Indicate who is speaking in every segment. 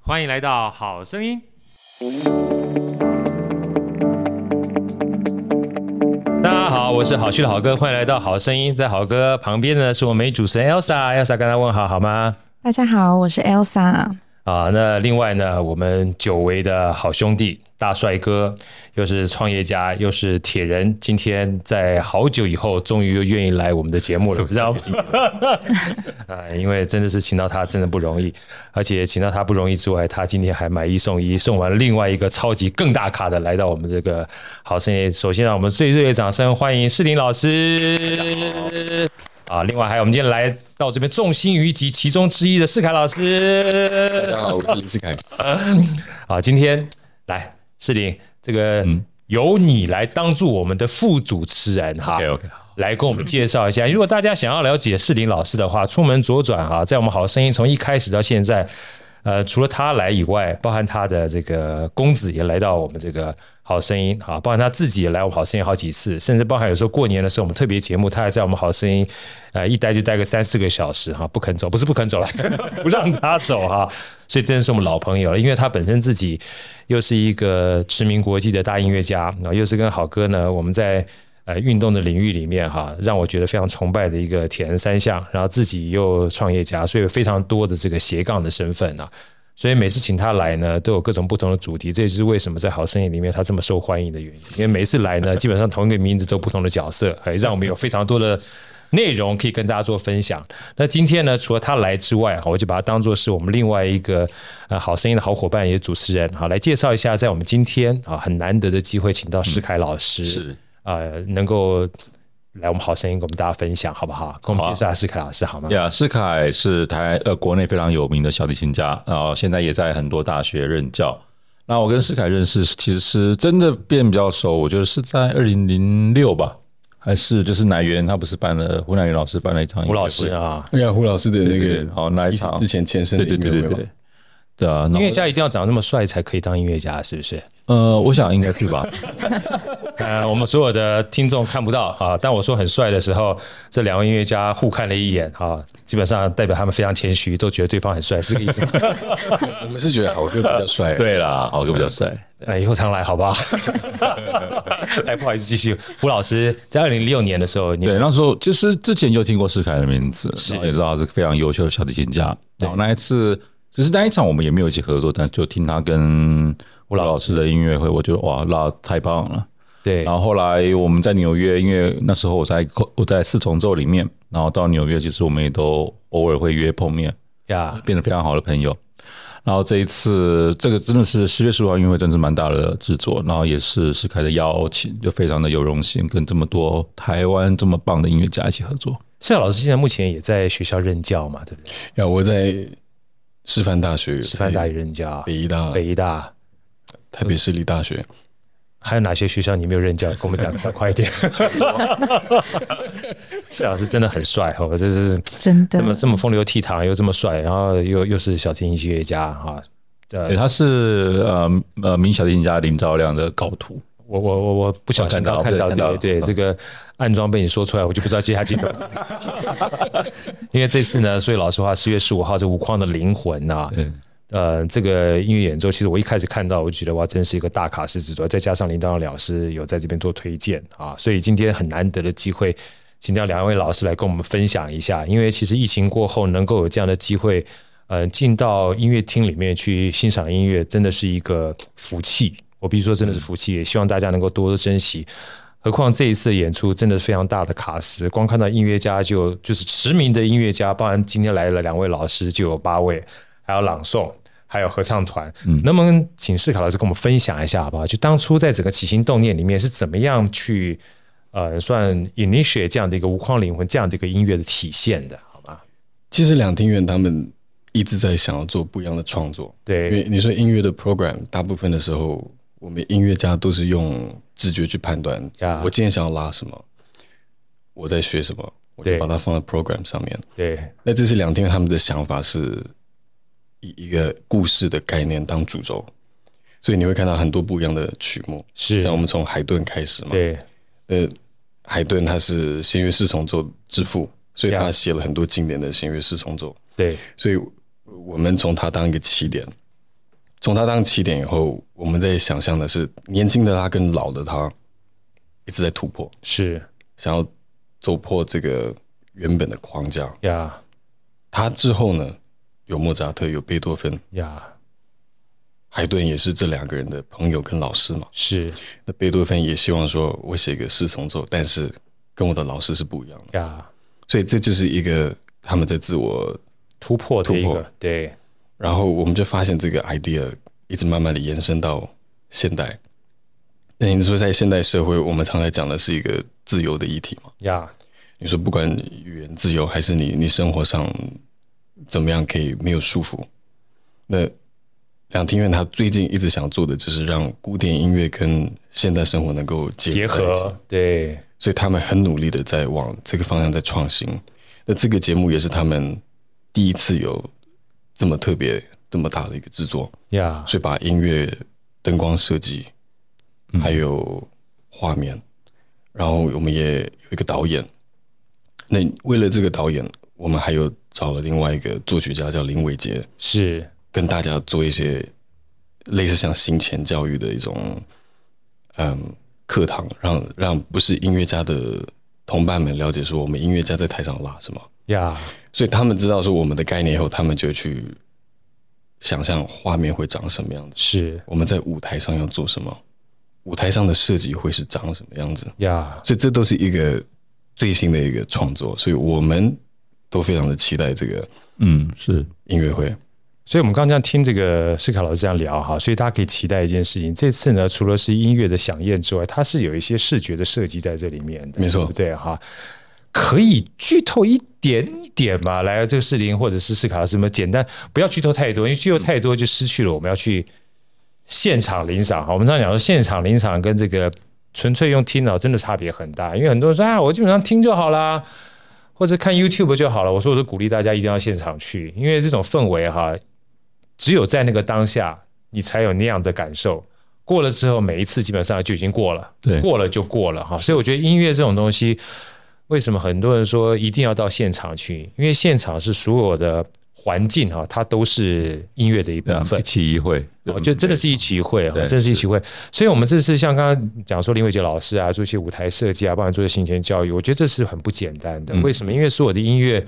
Speaker 1: 欢迎来到《好声音》。大家好，我是好趣的好哥，欢迎来到《好声音》。在好哥旁边呢，是我们美女主持人 Elsa，Elsa 跟他问好好吗？
Speaker 2: 大家好，我是 Elsa。
Speaker 1: 啊，那另外呢，我们久违的好兄弟大帅哥，又是创业家，又是铁人，今天在好久以后，终于又愿意来我们的节目了，不知道吗？啊，因为真的是请到他真的不容易，而且请到他不容易之外，他今天还买一送一，送完另外一个超级更大咖的来到我们这个好声音。首先让我们最热烈的掌声欢迎世林老师。啊，另外还有我们今天来到这边众星云集其中之一的世凯老师。
Speaker 3: 大家好，我是林世凯。
Speaker 1: 啊，今天来世林，这个由你来当做我们的副主持人哈。
Speaker 3: OK，OK
Speaker 1: 来跟我们介绍一下，如果大家想要了解世林老师的话，出门左转啊，在我们好声音从一开始到现在，呃，除了他来以外，包含他的这个公子也来到我们这个好声音啊，包含他自己也来我们好声音好几次，甚至包含有时候过年的时候我们特别节目，他还在我们好声音，呃，一待就待个三四个小时哈、不肯走，不是不肯走了， 不让他走哈、所以真的是我们老朋友了，因为他本身自己又是一个驰名国际的大音乐家啊，又是跟好哥呢，我们在。呃运动的领域里面哈，让我觉得非常崇拜的一个铁人三项，然后自己又创业家，所以有非常多的这个斜杠的身份啊。所以每次请他来呢，都有各种不同的主题，这也是为什么在好声音里面他这么受欢迎的原因。因为每次来呢， 基本上同一个名字都不同的角色，哎，让我们有非常多的内容可以跟大家做分享。那今天呢，除了他来之外，我就把他当做是我们另外一个呃好声音的好伙伴，也是主持人，好来介绍一下，在我们今天啊很难得的机会，请到石凯老师，
Speaker 3: 是
Speaker 1: 呃，能够来我们好声音跟我们大家分享，好不好？跟我们介绍一下史凯老师好吗？
Speaker 3: 呀，世凯是台呃国内非常有名的小提琴家，然后现在也在很多大学任教。那我跟世凯认识，其实是真的变比较熟，我觉得是在二零零六吧，还是就是乃元他不是办了胡乃元老师办了一场
Speaker 1: 吴
Speaker 3: 音乐
Speaker 1: 老
Speaker 3: 会
Speaker 1: 师啊，
Speaker 4: 对啊，胡老师的那
Speaker 3: 对对
Speaker 4: 个
Speaker 3: 对哦那一场
Speaker 4: 之前前身的
Speaker 3: 对对
Speaker 4: 音乐会
Speaker 3: 对对
Speaker 4: 吧
Speaker 3: 对对，对啊，
Speaker 1: 音
Speaker 3: 那
Speaker 1: 乐家一定要长这么帅才可以当音乐家，是不是？
Speaker 3: 呃，我想应该 是吧，
Speaker 1: 呃，我们所有的听众看不到啊，但我说很帅的时候，这两位音乐家互看了一眼啊，基本上代表他们非常谦虚，都觉得对方很帅，是这个意思吗。
Speaker 4: 我们是觉得好哥比较帅，
Speaker 3: 对啦，好哥比较帅，
Speaker 1: 那以后常来好不 好？哎，不好意思，继续。胡老师在二零零六年的时候，你
Speaker 3: 对，那时候其实之前就听过世凯的名字，然后也知道他是非常优秀的小提琴家。然后那一次，只是那一场我们也没有一起合作，但就听他跟吴老师的音乐会，我觉得哇，那太棒了。
Speaker 1: 对
Speaker 3: 然后后来我们在纽约，因为那时候我在我在四重奏里面，然后到纽约，其实我们也都偶尔会约碰面，
Speaker 1: 呀，
Speaker 3: 变得非常好的朋友。然后这一次，这个真的是十月十五号音乐会，真是蛮大的制作，然后也是世凯的邀请，就非常的有荣幸跟这么多台湾这么棒的音乐家一起合作。
Speaker 1: 谢老师现在目前也在学校任教嘛，对不对？
Speaker 4: 呀，我在师范大学，
Speaker 1: 师范大学任教，
Speaker 4: 北医大、
Speaker 1: 北医大，
Speaker 4: 台北市立大学，
Speaker 1: 还有哪些学校你没有任教？跟我们讲快快一点。
Speaker 4: 哦
Speaker 1: 谢老师真的很帅，我这是
Speaker 2: 真的
Speaker 1: 这么这么风流倜傥，又这么帅，然后又又是小提琴音乐家啊。
Speaker 3: 对，哎他是呃呃名小提琴家林兆亮的高徒。
Speaker 1: 我我我我不小心到
Speaker 3: 我
Speaker 1: 哦看
Speaker 3: 看
Speaker 1: 到，
Speaker 3: 到
Speaker 1: 对
Speaker 3: 对
Speaker 1: 对，这个暗装被你说出来，我就不知道接下去怎么。因为这次呢，所以老实话，十月十五号是无框的灵魂呐、呃，这个音乐演奏，其实我一开始看到，我就觉得哇，真是一个大卡狮子座。再加上林章老师有在这边做推荐啊，所以今天很难得的机会，请到两位老师来跟我们分享一下。因为其实疫情过后，能够有这样的机会，呃，进到音乐厅里面去欣赏音乐，真的是一个福气。我必须说，真的是福气，也希望大家能够多多珍惜。何况这一次的演出真的是非常大的卡司，光看到音乐家就就是驰名的音乐家，包含今天来了两位老师就有八位，还有朗诵，还有合唱团。
Speaker 4: 嗯
Speaker 1: 能不能请世凯老师跟我们分享一下，好不好？就当初在整个起心动念里面是怎么样去呃算 initiate 这样的一个无框灵魂这样的一个音乐的体现的，好吧？
Speaker 4: 其实两厅院他们一直在想要做不一样的创作，因
Speaker 1: 对
Speaker 4: 为你说音乐的 program，大部分的时候我们音乐家都是用直觉去判断
Speaker 1: 呀
Speaker 4: 我今天想要拉什么，我在学什么，我就
Speaker 1: 对
Speaker 4: 把它放在 program 上面。
Speaker 1: 对
Speaker 4: 那这是两天他们的想法是以一个故事的概念当主轴，所以你会看到很多不一样的曲目。
Speaker 1: 是
Speaker 4: 像我们从海顿开始嘛，
Speaker 1: 对
Speaker 4: 呃，海顿他是弦乐四重奏之父，所以他写了很多经典的弦乐四重奏，
Speaker 1: 对
Speaker 4: 所以我们从他当一个起点，从他当起点以后，我们在想象的是年轻的他跟老的他一直在突破，
Speaker 1: 是
Speaker 4: 想要走破这个原本的框架。
Speaker 1: 呀
Speaker 4: 他之后呢，有莫扎特，有贝多芬，
Speaker 1: 呀，
Speaker 4: 海顿也是这两个人的朋友跟老师嘛。
Speaker 1: 是
Speaker 4: 那贝多芬也希望说我写个四重奏，但是跟我的老师是不一样的，
Speaker 1: 呀，
Speaker 4: 所以这就是一个他们在自我。
Speaker 1: 突破的一
Speaker 4: 突
Speaker 1: 个对
Speaker 4: 然后我们就发现这个 idea 一直慢慢的延伸到现代。那你说在现代社会，我们常来讲的是一个自由的议题嘛？
Speaker 1: 呀
Speaker 4: 你说不管语言自由，还是你你生活上怎么样可以没有束缚？那两厅院他最近一直想做的就是让古典音乐跟现代生活能够结
Speaker 1: 结
Speaker 4: 合在一起
Speaker 1: 合对
Speaker 4: 所以他们很努力的在往这个方向在创新。那这个节目也是他们第一次有这么特别、这么大的一个制作，
Speaker 1: 呀
Speaker 4: 所以把音乐、灯光设计，还有画面，然后我们也有一个导演。那为了这个导演，我们还有找了另外一个作曲家叫林伟杰，
Speaker 1: 是
Speaker 4: 跟大家做一些类似像行前教育的一种，嗯，课堂，让让不是音乐家的同伴们了解说我们音乐家在台上拉什么，
Speaker 1: 呀
Speaker 4: 所以他们知道说我们的概念以后，他们就去想象画面会长什么样子，
Speaker 1: 是
Speaker 4: 我们在舞台上要做什么，舞台上的设计会是长什么样子，
Speaker 1: 呀
Speaker 4: 所以这都是一个最新的一个创作，所以我们都非常的期待这个
Speaker 3: 嗯，是
Speaker 4: 音乐会。
Speaker 1: 所以，我们刚刚这样听这个施凯老师这样聊哈，所以大家可以期待一件事情。这次呢，除了是音乐的响宴之外，它是有一些视觉的设计在这里面的，
Speaker 4: 没错
Speaker 1: 对不对哈？可以剧透一点点嘛？来，这个士林或者是施凯老师，什么简单，不要剧透太多，因为剧透太多就失去了我们要去现场领赏哈。我们常常讲说，现场领赏跟这个纯粹用听啊，真的差别很大。因为很多人说啊，我基本上听就好啦，或者看 YouTube 就好了。我说，我都鼓励大家一定要现场去，因为这种氛围哈，只有在那个当下，你才有那样的感受。过了之后，每一次基本上就已经过了，
Speaker 3: 对
Speaker 1: 过了就过了哈。所以我觉得音乐这种东西，为什么很多人说一定要到现场去？因为现场是所有的环境哈，它都是音乐的一部
Speaker 3: 对啊，
Speaker 1: 分
Speaker 3: 一。期一会，
Speaker 1: 我觉得真的是一起一会，
Speaker 3: 嗯
Speaker 1: 哦
Speaker 3: 对
Speaker 1: 真的是一起会。所以，我们这次像刚刚讲说林伟杰老师啊，做一些舞台设计啊，帮你做一些行前教育，我觉得这是很不简单的。为什么？因为所有的音乐，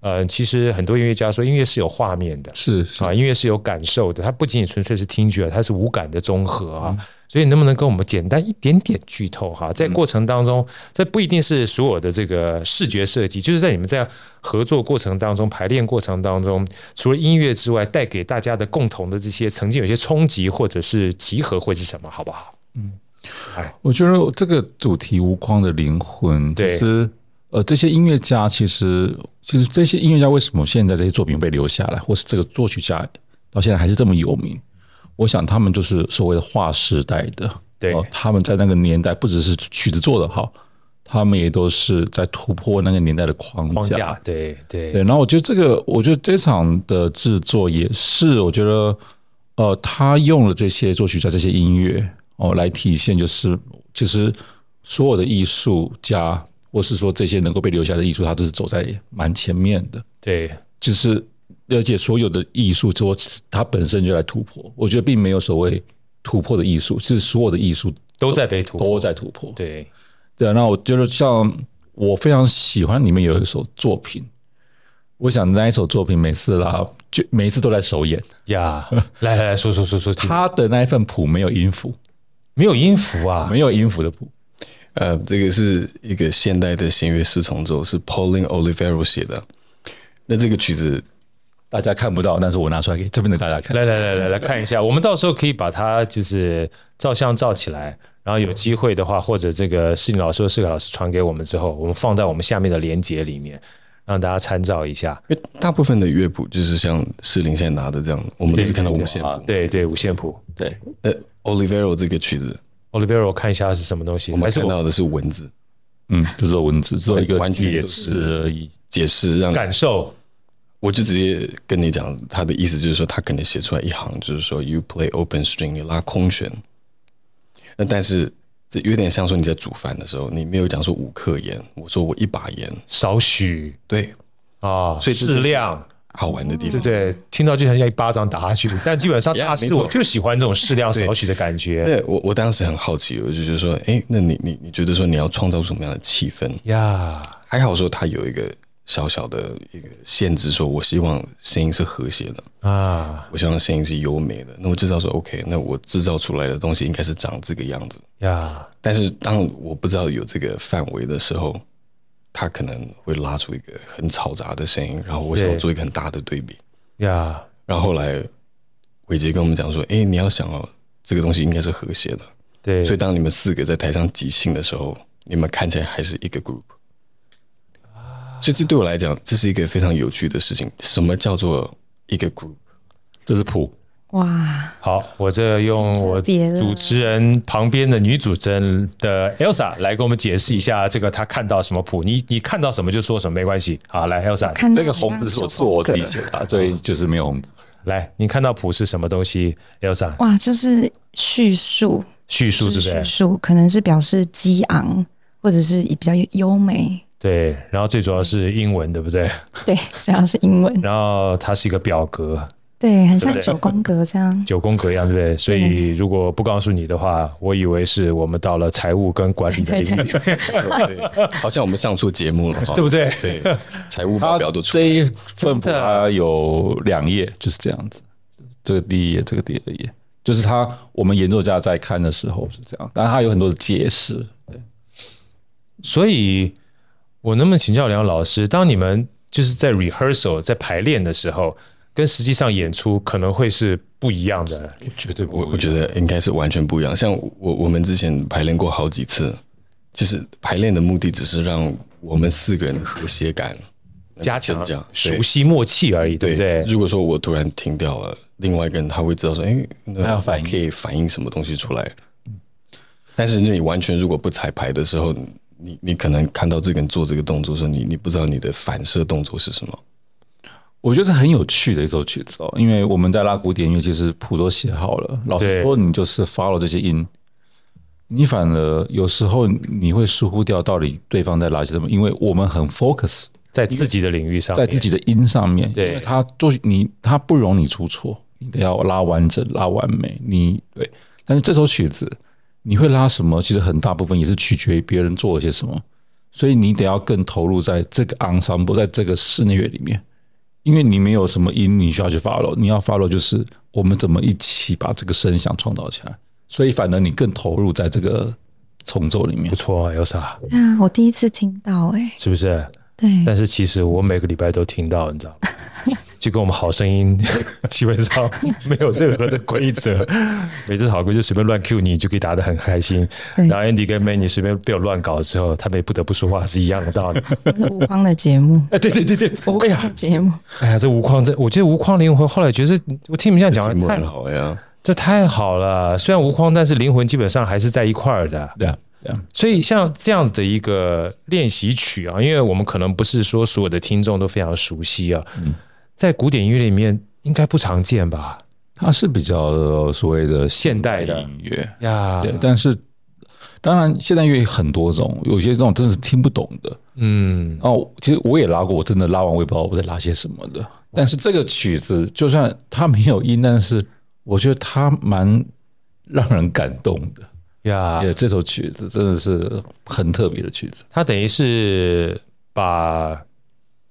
Speaker 1: 呃，其实很多音乐家说音乐是有画面的，
Speaker 3: 是是
Speaker 1: 啊，音乐是有感受的，它不仅仅纯粹是听觉，它是五感的综合啊。
Speaker 3: 嗯
Speaker 1: 所以，能不能跟我们简单一点点剧透哈？在过程当中，这不一定是所有的这个视觉设计，就是在你们在合作过程当中、排练过程当中，除了音乐之外，带给大家的共同的这些曾经有些冲击或者是集合会是什么，好不好？
Speaker 3: 我觉得这个主题无框的灵魂，就
Speaker 1: 对
Speaker 3: 是呃，这些音乐家其实其实这些音乐家为什么现在这些作品被留下来，或是这个作曲家到现在还是这么有名？我想他们就是所谓的划时代的，
Speaker 1: 对
Speaker 3: 哦他们在那个年代不只是曲子做得好，他们也都是在突破那个年代的框
Speaker 1: 框
Speaker 3: 架。
Speaker 1: 架，对对
Speaker 3: 对，然后我觉得这个，我觉得这场的制作也是，我觉得呃，他用了这些作曲家这些音乐哦，来体现就是其实所有的艺术家，或是说这些能够被留下的艺术，他都是走在蛮前面的，
Speaker 1: 对
Speaker 3: 就是而且所有的艺术说它本身就来突破，我觉得并没有所谓突破的艺术，就是所有的艺术
Speaker 1: 都在被突破，
Speaker 3: 都在突破。
Speaker 1: 对
Speaker 3: 对啊，那我觉得像我非常喜欢里面有一首作品，我想那一首作品每次啦，就每一次都在首演。
Speaker 1: 呀，来来来说说说说，
Speaker 3: 他的那一份谱没有音符，
Speaker 1: 没有音符啊，
Speaker 3: 没有音符的谱，
Speaker 4: 呃，这个是一个现代的弦乐四重奏，是 Pauline Olivero 写的。那这个曲子，
Speaker 3: 大家看不到，但是我拿出来给这边的大家看。
Speaker 1: 来来来来来看一下，我们到时候可以把它就是照相照起来，然后有机会的话，或者这个世林老师或世凯老师传给我们之后，我们放在我们下面的连接里面，让大家参照一下。
Speaker 4: 因为大部分的乐谱就是像士林现在拿的这样，我们都是看到五线谱。
Speaker 1: 对啊对，五线谱。
Speaker 3: 对，
Speaker 4: 那 Olivero 这个曲子，
Speaker 1: Olivero，看一下是什么东西？
Speaker 4: 我们
Speaker 1: 还是
Speaker 4: 看
Speaker 1: 我
Speaker 4: 到的是文字
Speaker 3: 嗯，就只有文字，只有一个
Speaker 4: 完全
Speaker 3: 解
Speaker 4: 都是
Speaker 3: 释而已。
Speaker 4: 解释，让
Speaker 1: 感受？
Speaker 4: 我就直接跟你讲，他的意思就是说，他可能写出来一行，就是说 you play open string，你拉空弦。那但是这有点像说你在煮饭的时候，你没有讲说五克盐，我说我一把盐，
Speaker 1: 少许
Speaker 4: 对，
Speaker 1: 啊，
Speaker 4: 所以这就是
Speaker 1: 适量
Speaker 4: 好玩的地
Speaker 1: 对
Speaker 4: 方
Speaker 1: 不。对？听嗯到就想要一巴掌打下去，但基本上
Speaker 4: Yeah，
Speaker 1: 大师
Speaker 4: 没错
Speaker 1: 我就喜欢这种适量少许的感觉
Speaker 4: 对我，我当时很好奇，我就觉得说，哎，那你你你觉得说你要创造什么样的气氛？
Speaker 1: 呀。
Speaker 4: 还好说它有一个小小的一个限制，说我希望声音是和谐的，
Speaker 1: 啊
Speaker 4: 我希望声音是优美的。那我知道说，OK，那我制造出来的东西应该是长这个样子。
Speaker 1: 呀，
Speaker 4: 但是当我不知道有这个范围的时候，它可能会拉出一个很嘈杂的声音，然后我想要
Speaker 1: 对
Speaker 4: 做一个很大的对比。
Speaker 1: 呀
Speaker 4: 然后后来伟杰跟我们讲说，哎、你要想哦，这个东西应该是和谐的。
Speaker 1: 对，
Speaker 4: 所以当你们四个在台上即兴的时候，你们看起来还是一个 group。所以这对我来讲，这是一个非常有趣的事情。什么叫做一个 group？
Speaker 3: 这是谱，
Speaker 2: 哇，
Speaker 1: 好，我这用我
Speaker 2: 别的
Speaker 1: 主持人旁边的女主持人的 Elsa 来给我们解释一下这个她看到什么谱，你你看到什么就说什么，没关系。好，来 Elsa，
Speaker 2: 看到
Speaker 3: 这个红字是我是我自己写的啊，所以就是没有红字。
Speaker 1: 来，你看到谱是什么东西？Elsa
Speaker 2: 哇，就是叙述，
Speaker 1: 叙述对
Speaker 2: 就
Speaker 1: 不
Speaker 2: 是叙
Speaker 1: 对？
Speaker 2: 述，可能是表示激昂，或者是比较 优美，
Speaker 1: 对，然后最主要是英文对不对？
Speaker 2: 对，主要是英文，
Speaker 1: 然后它是一个表格，
Speaker 2: 对，很像
Speaker 1: 对
Speaker 2: 九宫格这 样，
Speaker 1: 九宫格一样对不对？所以如果不告诉你的话，我以为是我们到了财务跟管理的领域，
Speaker 4: 对，好像我们上错节目了，
Speaker 1: 对不对？
Speaker 4: 对？财务报
Speaker 3: 它
Speaker 4: 表都出
Speaker 3: 这
Speaker 4: 来了，
Speaker 3: 一份谱
Speaker 1: 真的
Speaker 3: 它有两页，就是这样子，这个第一页，这个第二页，就是它我们研究家在看的时候是这样，但它有很多的解释。
Speaker 1: 所以，我能不能请教梁老师，当你们就是在 rehearsal 在排练的时候，跟实际上演出可能会是不一样的
Speaker 3: 绝对不
Speaker 4: 我我觉得应该是完全不一样。像我我们之前排练过好几次，其实排练的目的只是让我们四个人的和谐感
Speaker 1: 加
Speaker 4: 增
Speaker 1: 强
Speaker 4: 加、对
Speaker 1: 熟悉默契而已，对不对？
Speaker 4: 如果说我突然停掉了，另外一个人他会知道说，哎，那
Speaker 3: 他要反应
Speaker 4: 可以反映什么东西出来。但是你完全如果不彩排的时候，你你可能看到这个人做这个动作的时候，你你不知道你的反射动作是什么。
Speaker 3: 我觉得是很有趣的一首曲子哦，因为我们在拉古典乐，其实谱都写好了，老
Speaker 1: 对
Speaker 3: 师说你就是 follow 这些音，你反而有时候你会疏忽掉到底对方在拉些什么，因为我们很 focus
Speaker 1: 在自己的领域上
Speaker 3: 在
Speaker 1: 面，
Speaker 3: 自己的音上面，
Speaker 1: 对
Speaker 3: 因为它做你它不容你出错，你得要拉完整、拉完美，你对。但是这首曲子你会拉什么，其实很大部分也是取决于别人做了些什么，所以你得要更投入在这个 ensemble，在这个室内乐里面，因为你没有什么音你需要去 follow，你要 follow 就是我们怎么一起把这个声响创造起来，所以反而你更投入在这个重奏里面
Speaker 1: 不。错啊，Elsa，
Speaker 2: 对啊，我第一次听到、哎，
Speaker 1: 是不是？
Speaker 2: 对，
Speaker 1: 但是其实我每个礼拜都听到，你知道吗？就跟我们好声音 基本上没有任何的规则，每次好歌就随便乱 Q 你，就可以打得很开心。
Speaker 2: 对
Speaker 1: 然后 Andy 跟 Manny 随便被我乱搞之后，他们也不得不说话是一样的道理。
Speaker 2: 是吴光的节目，
Speaker 1: 哎，对对对对，哎呀，
Speaker 2: 节目，
Speaker 1: 哎呀，这无框，这我觉得无框灵魂，后来觉得我听你们这样
Speaker 4: 题
Speaker 1: 讲，
Speaker 4: 目很
Speaker 1: 太
Speaker 4: 好呀，
Speaker 1: 这太好了。虽然无框，但是灵魂基本上还是在一块儿的。
Speaker 3: 对啊，对啊，
Speaker 1: 所以像这样子的一个练习曲啊，因为我们可能不是说所有的听众都非常熟悉啊，
Speaker 3: 嗯
Speaker 1: 在古典音乐里面应该不常见吧？
Speaker 3: 它是比较所谓的
Speaker 1: 现代的
Speaker 3: 音乐，
Speaker 1: 呀，
Speaker 3: 对，但是当然现在乐有很多种，有些这种真的是听不懂的。
Speaker 1: 嗯，
Speaker 3: 哦，其实我也拉过，我真的拉完我也不知道我在拉些什么的。但是这个曲子就算它没有音，但是我觉得它蛮让人感动的。
Speaker 1: 呀，
Speaker 3: 也这首曲子真的是很特别的曲子。
Speaker 1: 它等于是把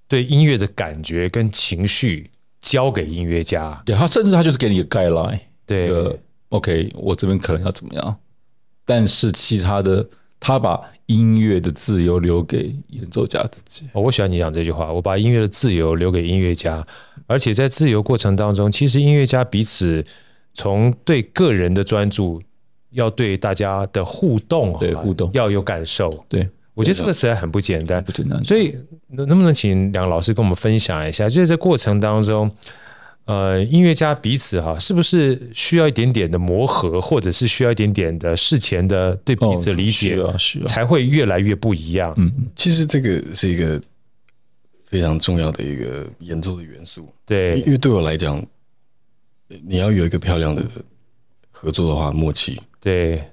Speaker 1: 对音乐的感觉跟情绪交给音乐家，
Speaker 3: 对，它甚至它就是给你一个 guideline，
Speaker 1: 对
Speaker 3: 一个 OK，我这边可能要怎么样。但是其他的，他把音乐的自由留给演奏家自己。
Speaker 1: 哦我喜欢你讲这句话，我把音乐的自由留给音乐家，而且在自由过程当中，其实音乐家彼此从对个人的专注，要对大家的互动啊，
Speaker 3: 对互动
Speaker 1: 要有感受。
Speaker 3: 对，
Speaker 1: 我觉得这个实在很不简单
Speaker 3: 不。简单。
Speaker 1: 所以能能不能请梁老师跟我们分享一下，就是在过程当中，呃，音乐家彼此哈、是不是需要一点点的磨合，或者是需要一点点的事前的对彼此的理解，
Speaker 3: 哦是啊，是啊，
Speaker 1: 才会越来越不一样？
Speaker 3: 嗯，
Speaker 4: 其实这个是一个非常重要的一个演奏的元素。因
Speaker 1: 对，
Speaker 4: 为对我来讲，你要有一个漂亮的合作的话，默契，
Speaker 1: 对，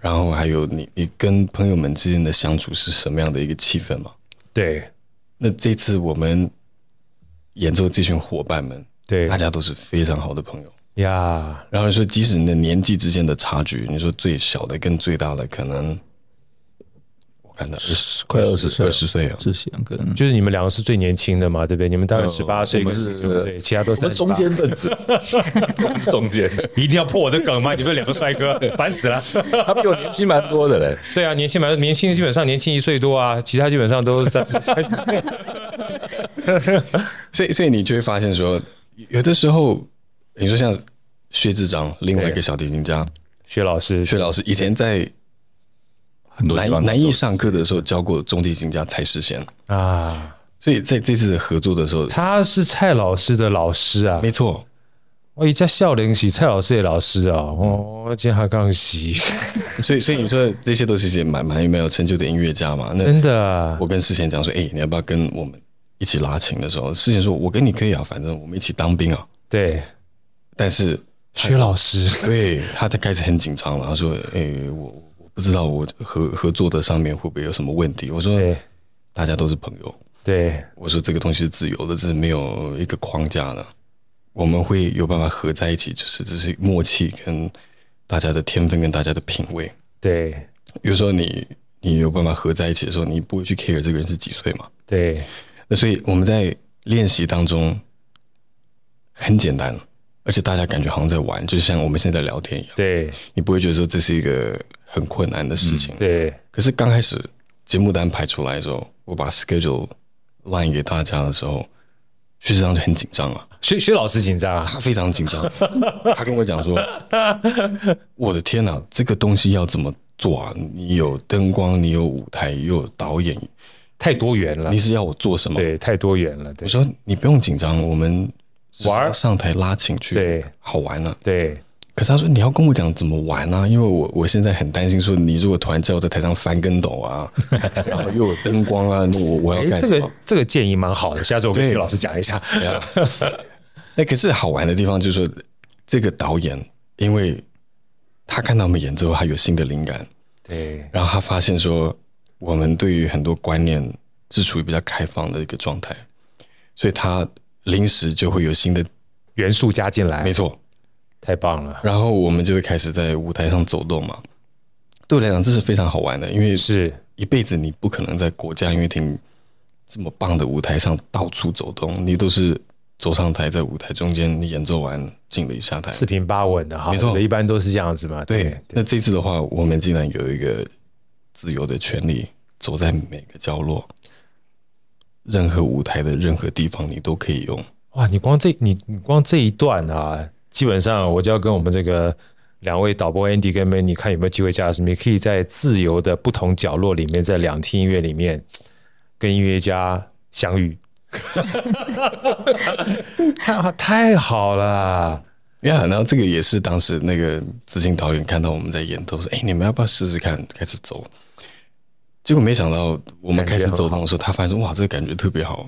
Speaker 4: 然后还有你你跟朋友们之间的相处是什么样的一个气氛嘛？
Speaker 1: 对。
Speaker 4: 那这次我们演奏这群伙伴们，
Speaker 1: 对
Speaker 4: 大家都是非常好的朋友。
Speaker 1: 呀，
Speaker 4: 然后说，即使你的年纪之间的差距，你说最小的跟最大的可能，我看到
Speaker 3: 快二十岁
Speaker 4: 二
Speaker 3: 了，
Speaker 4: 十岁啊，
Speaker 3: 志贤跟
Speaker 1: 就是你们两个是最年轻的嘛，对不对？你们大概十八岁
Speaker 3: 嗯我
Speaker 1: 跟
Speaker 3: 们
Speaker 1: 十
Speaker 3: 是呃
Speaker 1: 九岁，其他都
Speaker 3: 我
Speaker 1: 是
Speaker 3: 们中间分子，是 中间，
Speaker 1: 一定要破我的梗 吗？你们两个帅哥，烦死了。
Speaker 3: 他比我年纪蛮多的嘞。
Speaker 1: 对啊，年轻蛮年轻，基本上年轻一岁多啊，其他基本上都在三十岁。
Speaker 4: 所以，所以你就会发现说，有的时候，你说像薛志章，另外一个小提琴家，
Speaker 1: 薛老师，
Speaker 4: 薛老师以前在
Speaker 3: 很多地
Speaker 4: 南
Speaker 3: 方
Speaker 4: 南艺上课的时候教过中提琴家蔡世贤，
Speaker 1: 啊，
Speaker 4: 所以在这次合作的时候，
Speaker 1: 他是蔡老师的老师啊。
Speaker 4: 没错，
Speaker 1: 我一家笑脸是蔡老师的老师啊，哦，我今下刚洗，
Speaker 4: 所以所以你说这些都是一些蛮蛮蛮有成就的音乐家嘛。那
Speaker 1: 真的啊
Speaker 4: 我跟世贤讲说，哎、你要不要跟我们一起拉琴的时候，世贤说，我跟你可以啊，反正我们一起当兵啊。
Speaker 1: 对，
Speaker 4: 但是
Speaker 1: 薛老师，
Speaker 4: 对，他他开始很紧张了，他说：“哎、我我不知道我合合作的上面会不会有什么问题。”我说
Speaker 1: 对：“
Speaker 4: 大家都是朋友。
Speaker 1: 对”
Speaker 4: 我说：“这个东西是自由的，这是没有一个框架的，我们会有办法合在一起，就是这是默契跟大家的天分跟大家的品味。
Speaker 1: 对
Speaker 4: 有时候你你有办法合在一起的时候，你不会去 care 这个人是几岁嘛？
Speaker 1: 对，
Speaker 4: 那所以我们在练习当中很简单，而且大家感觉好像在玩，就像我们现在聊天一样。”
Speaker 1: 对
Speaker 4: 你不会觉得说这是一个很困难的事情。
Speaker 1: 对
Speaker 4: 可是刚开始节目单排出来的时候，我把 schedule line 给大家的时候，薛志章就很紧张啊，
Speaker 1: 薛薛老师紧张啊，
Speaker 4: 他非常紧 张，他跟我讲说：“我的天哪、这个东西要怎么做啊？你有灯光，你有舞台，又有导演，
Speaker 1: 太多元了
Speaker 4: 你，是要我做什么？”
Speaker 1: 对，太多元了，
Speaker 4: 我
Speaker 1: 对
Speaker 4: 说：“你哦不用紧张，我们
Speaker 1: 玩儿
Speaker 4: 上台拉琴去，
Speaker 1: 对
Speaker 4: 好玩啊。”
Speaker 1: 对
Speaker 4: 可是他说你要跟我讲怎么玩啊，因为我我现在很担心说你如果突然叫我在台上翻跟斗啊， 然后又有灯光啊，那我我要
Speaker 1: 哎，
Speaker 4: 干
Speaker 1: 这
Speaker 4: 什
Speaker 1: 个
Speaker 4: 么？
Speaker 1: 这个建议蛮好的，下次我跟
Speaker 4: 对
Speaker 1: 薛老师讲一下。
Speaker 4: 那可是好玩的地方就是说，这个导演因为他看到我们演之后，他有新的灵感，
Speaker 1: 对
Speaker 4: 然后他发现说我们对于很多观念是处于比较开放的一个状态，所以他临时就会有新的，
Speaker 1: 元素加进来
Speaker 4: 没，错，
Speaker 1: 太棒了，
Speaker 4: 然后我们就会开始在舞台上走动嘛。对我来讲，这是非常好玩的，因为
Speaker 1: 是
Speaker 4: 一辈子你不可能在国家音乐厅这么棒的舞台上到处走动，你都是走上台，在舞台中间你演奏完敬礼下台。
Speaker 1: 四平八稳的哈，
Speaker 4: 哎没错
Speaker 1: 我们一般都是这样子嘛，
Speaker 4: 对，
Speaker 1: 对
Speaker 4: 那这次的话，我们竟然有一个自由的权利，走在每个角落，任何舞台的任何地方你都可以用。
Speaker 1: 哇，你光这你你光这一段啊，基本上我就要跟我们这个两位导播 Andy 跟 Manny 看有没有机会加入什么，也可以在自由的不同角落里面，在两厅音乐里面跟音乐家相 遇。 太太好了，
Speaker 4: 呀、然后这个也是当时那个执行导演看到我们在演，都说：“哎、你们要不要试试看？”开始走，结果没想到我们开始走动的时候，他发现哇，这个感觉特别好。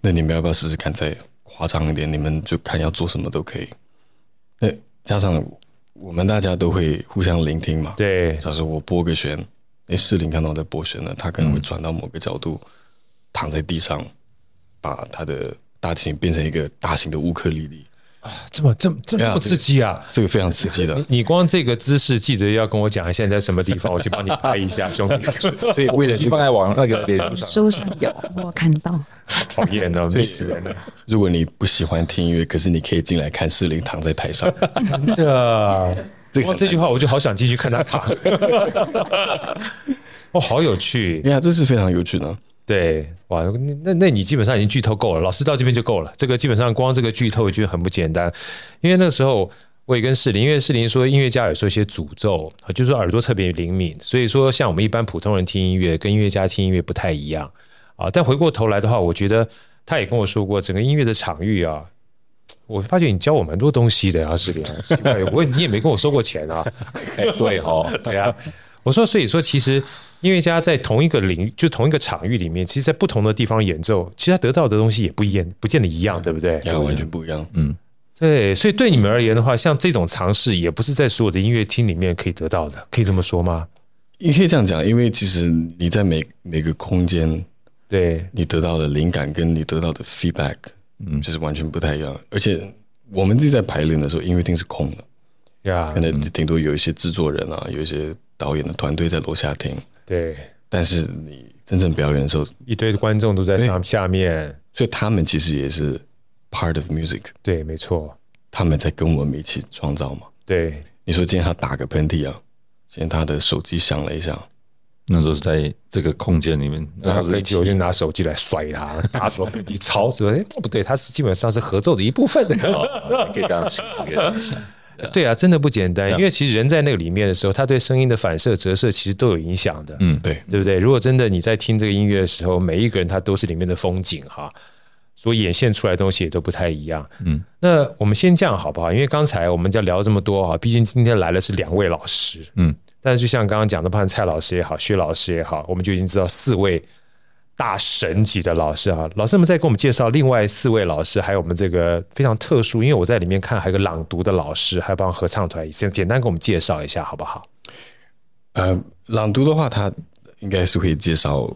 Speaker 4: 那你们要不要试试看？再夸张一点，你们就看要做什么都可以。那加上我们大家都会互相聆听嘛，
Speaker 1: 对
Speaker 4: 假设我拨个弦，诶，士林看到我在拨弦呢，他可能会转到某个角度，躺在地上，把他的大提琴变成一个大型的乌克丽丽，
Speaker 1: 这么这么这么
Speaker 4: 对啊
Speaker 1: 这么刺激啊！
Speaker 4: 这个非常刺激的。
Speaker 1: 你光这个姿势，记得要跟我讲一下你在什么地方，我去帮你拍一下，兄 弟。
Speaker 4: 所以为了
Speaker 3: 你放在网那个脸书上，
Speaker 2: 书上有我看到，
Speaker 1: 讨厌哦，迷死人了，
Speaker 4: 如果你不喜欢听音乐，可是你可以进来看士林躺在台上，
Speaker 1: 真的。
Speaker 4: 这个
Speaker 1: 啊哇，
Speaker 4: 很
Speaker 1: 这句话我就好想进去看他 躺。哦，好有趣。
Speaker 4: 呀，这是非常有趣的。
Speaker 1: 对，哇，那那那你基本上已经剧透够了，老师到这边就够了。这个基本上光这个剧透就很不简单，因为那时候我也跟世林，因为世林说音乐家有时候一些诅咒，就是说耳朵特别灵敏，所以说像我们一般普通人听音乐跟音乐家听音乐不太一样啊。但回过头来的话，我觉得他也跟我说过，整个音乐的场域啊。我发觉你教我蛮多东西的啊，世林，奇怪我你也没跟我收过钱啊，
Speaker 3: 哎，对哦，
Speaker 1: 对啊，我说，所以说，其实音乐家在同一个领域，就同一个场域里面，其实，在不同的地方演奏，其实他得到的东西也不一样，不见得一样，对不对？
Speaker 4: 呀，完全不一样。
Speaker 1: 对，所以对你们而言的话，像这种尝试，也不是在所有的音乐厅里面可以得到的，可以这么说吗？
Speaker 4: 也可以这样讲，因为其实你在每每个空间，
Speaker 1: 对
Speaker 4: 你得到的灵感跟你得到的 feedback 嗯，就是完全不太一样。而且我们自己在排练的时候，音乐厅是空的，
Speaker 1: 呀
Speaker 4: 可，能顶多有一些制作人啊，有一些导演的团队在楼下听，
Speaker 1: 对，
Speaker 4: 但是你真正表演的时候，
Speaker 1: 一堆观众都在上下面，
Speaker 4: 所以他们其实也是 part of music，
Speaker 1: 对，没错，
Speaker 4: 他们在跟我们一起创造嘛。
Speaker 1: 对，
Speaker 4: 你说今天他打个喷嚏啊，今天他的手机响了一下，
Speaker 3: 那时候是在这个空间里面，
Speaker 1: 然后
Speaker 3: 在
Speaker 1: 雷吉我就拿手机来甩他，打什么比超什么，哎，不对，它是基本上是合奏的一部分的。
Speaker 3: 可以这样想，可以这样想。
Speaker 1: 对啊，真的不简单，因为其实人在那个里面的时候，他对声音的反射、折射其实都有影响的，
Speaker 3: 嗯，
Speaker 4: 对，
Speaker 1: 对不对？如果真的你在听这个音乐的时候，每一个人他都是里面的风景哈，所演现出来的东西也都不太一样。嗯，那我们先这样好不好？因为刚才我们在聊这么多哈，毕竟今天来的是两位老师，
Speaker 3: 嗯，
Speaker 1: 但是就像刚刚讲的，不管蔡老师也好，薛老师也好，我们就已经知道四位。大神级的老师哈，老师们再给我们介绍另外四位老师，还有我们这个非常特殊，因为我在里面看还有个朗读的老师，还帮合唱团，先简单给我们介绍一下好不好？
Speaker 4: 呃，朗读的话，他应该是会介绍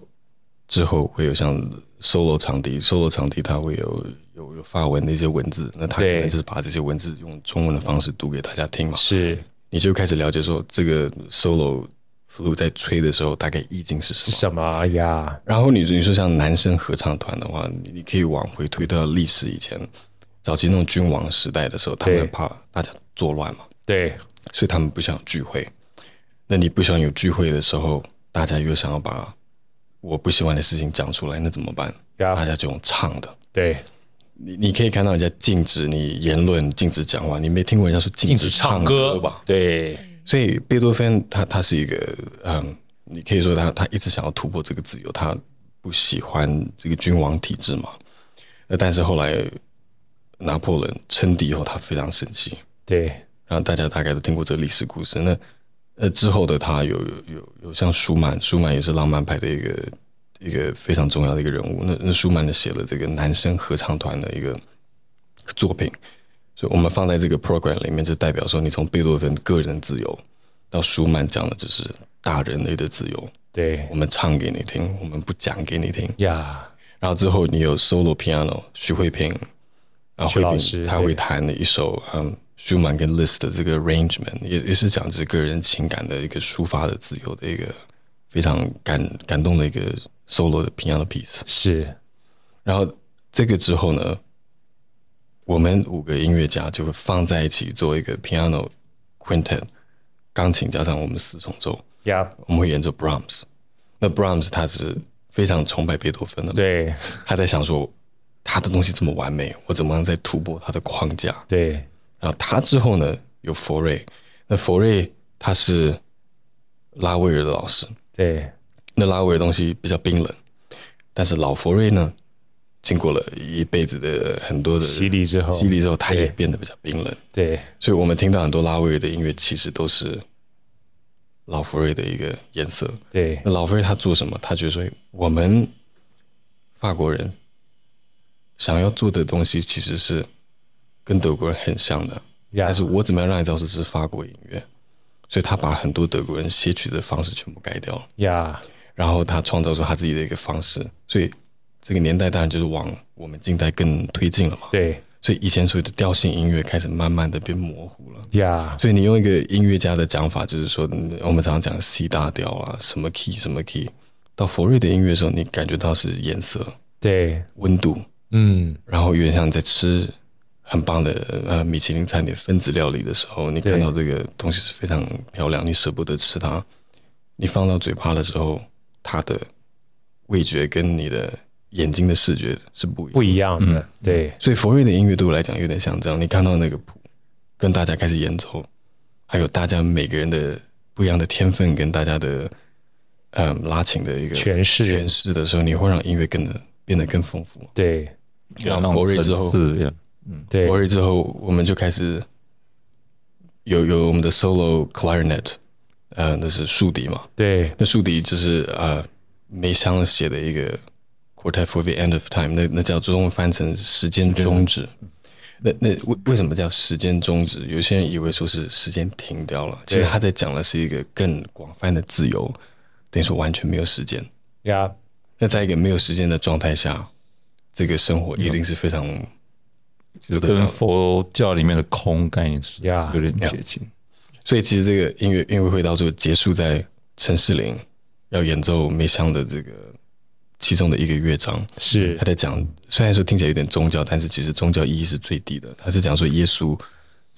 Speaker 4: 之后会有像 solo 长笛，solo 长笛它会有有有法文的一些文字，那他可
Speaker 1: 对
Speaker 4: 能就是把这些文字用中文的方式读给大家听嘛，
Speaker 1: 是
Speaker 4: 你就开始了解说这个 solo flute 在吹的时候大概意境是什么。
Speaker 1: 什么呀？
Speaker 4: 然后你你说像男生合唱团的话，你你可以往回推到历史以前，早期那种君王时代的时候，他
Speaker 1: 对
Speaker 4: 们怕大家作乱嘛，
Speaker 1: 对，
Speaker 4: 所以他们不想聚会。那你不想有聚会的时候，大家又想要把我不喜欢的事情讲出来，那怎么办？大
Speaker 1: 呀，
Speaker 4: 家就用唱的。
Speaker 1: 对，
Speaker 4: 你你可以看到人家禁止你言论、禁止讲话，你没听过人家说禁
Speaker 1: 禁止
Speaker 4: 止
Speaker 1: 唱
Speaker 4: 唱
Speaker 1: 歌
Speaker 4: 歌吧？？
Speaker 1: 对，
Speaker 4: 所以贝多芬他他是一个嗯，你可以说他他一直想要突破这个自由，他不喜欢这个君王体制嘛。那但是后来拿破仑称帝以后，他非常生气，
Speaker 1: 对，
Speaker 4: 然后大家大概都听过这个历史故事。那呃之后的他有有有有像舒曼，舒曼也是浪漫派的一个一个非常重要的一个人物。那那舒曼呢写了这个男生合唱团的一个作品，所以我们放在这个 program 里面，就代表说你从贝多芬个人自由到舒曼讲的只是大人类的自由，
Speaker 1: 对
Speaker 4: 我们唱给你听，我们不讲给你听。
Speaker 1: 呀，
Speaker 4: 然后之后你有 solo piano 徐慧萍，然后
Speaker 1: 徐
Speaker 4: 慧
Speaker 1: 老
Speaker 4: 萍
Speaker 1: 师
Speaker 4: 她
Speaker 1: 对
Speaker 4: 会弹了一首嗯舒曼跟 Liszt 的这个 arrangement，也也是讲这个人情感的一个抒发的自由的一个非常感感动的一个 solo 的 piano piece。
Speaker 1: 是
Speaker 4: 然后这个之后呢，我们五个音乐家就会放在一起做一个 piano quintet，钢琴加上我们四重奏，
Speaker 1: 呀，
Speaker 4: 我们会演奏 Brahms。那 Brahms 他是非常崇拜贝多芬的嘛，
Speaker 1: 对
Speaker 4: 他在想说，他的东西这么完美，我怎么样再突破他的框架？
Speaker 1: 对
Speaker 4: 然后他之后呢，有佛瑞，那佛瑞他是拉威尔的老师，
Speaker 1: 对
Speaker 4: 那拉威尔的东西比较冰冷，但是老佛瑞呢，经过了一辈子的很多的
Speaker 1: 洗礼哦之后
Speaker 4: 洗礼之后，他也
Speaker 1: 对
Speaker 4: 变得比较冰冷。
Speaker 1: 对
Speaker 4: 所以我们听到很多拉威尔的音乐，其实都是老佛瑞的一个颜色。
Speaker 1: 对
Speaker 4: 那老菲他做什么？他觉得说，我们法国人想要做的东西其实是跟德国人很像的，
Speaker 1: 呀
Speaker 4: 但，是我怎么样让你知道这是法国音乐？所以他把很多德国人写曲的方式全部改掉，
Speaker 1: 呀，
Speaker 4: 然后他创造出他自己的一个方式。所以这个年代当然就是往我们近代更推进了嘛。
Speaker 1: 对
Speaker 4: 所以以前所有的调性音乐开始慢慢的变模糊了。
Speaker 1: 呀，
Speaker 4: 所以你用一个音乐家的讲法，就是说，嗯我们常常讲 C 大调啊，什么 key 什么 key，到佛瑞的音乐的时候，你感觉到是颜色、
Speaker 1: 对，
Speaker 4: 温度，
Speaker 1: 嗯，
Speaker 4: 然后有点像在吃很棒的呃米其林餐点分子料理的时候，你
Speaker 1: 对
Speaker 4: 看到这个东西是非常漂亮，你舍不得吃它，你放到嘴巴的时候，它的味觉跟你的眼睛的视觉是不一样的。
Speaker 1: 不一样的，对
Speaker 4: 所以佛瑞的音乐对我来讲有点像这样，你看到那个谱，跟大家开始演奏，还有大家每个人的不一样的天分跟大家的嗯拉琴的一个
Speaker 1: 诠释
Speaker 4: 诠释的时候，你会让音乐更得变得更丰富。
Speaker 1: 对
Speaker 4: 然后佛瑞之后，
Speaker 3: 是
Speaker 1: 对
Speaker 4: 佛瑞之后，我们就开始有有我们的 solo clarinet，呃，那是竖笛嘛，
Speaker 1: 对
Speaker 4: 那竖笛就是呃梅香写的一个 quartet for the end of time，那那叫中文翻成时间终止。嗯那那为为什么叫时间终止？有些人以为说是时间停掉了，其实他在讲的是一个更广泛的自由，等于说完全没有时间。
Speaker 1: 呀，
Speaker 4: 那在一个没有时间的状态下，这个生活一定是非常
Speaker 3: 就是跟佛教里面的空概念是
Speaker 1: 呀
Speaker 3: 有点接近。
Speaker 4: 所以其实这个音乐音乐会到最后结束在陈世林要演奏梅香的这个其中的一个乐章，
Speaker 1: 是
Speaker 4: 他在讲，虽然说听起来有点宗教，但是其实宗教意义是最低的。他是讲说耶稣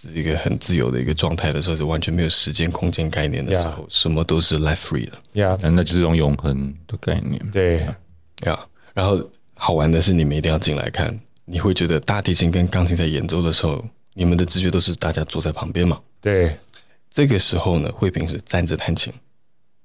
Speaker 4: 是一个很自由的一个状态的时候，是完全没有时间空间概念的时候什么都是 life free 的。
Speaker 1: 呀，
Speaker 3: 那那就是一种永恒的概念。
Speaker 1: 对，
Speaker 4: 呀、然后好玩的是，你们一定要进来看，你会觉得大提琴跟钢琴在演奏的时候，你们的知觉都是大家坐在旁边嘛。
Speaker 1: 对，
Speaker 4: 这个时候呢，慧萍是站着弹琴，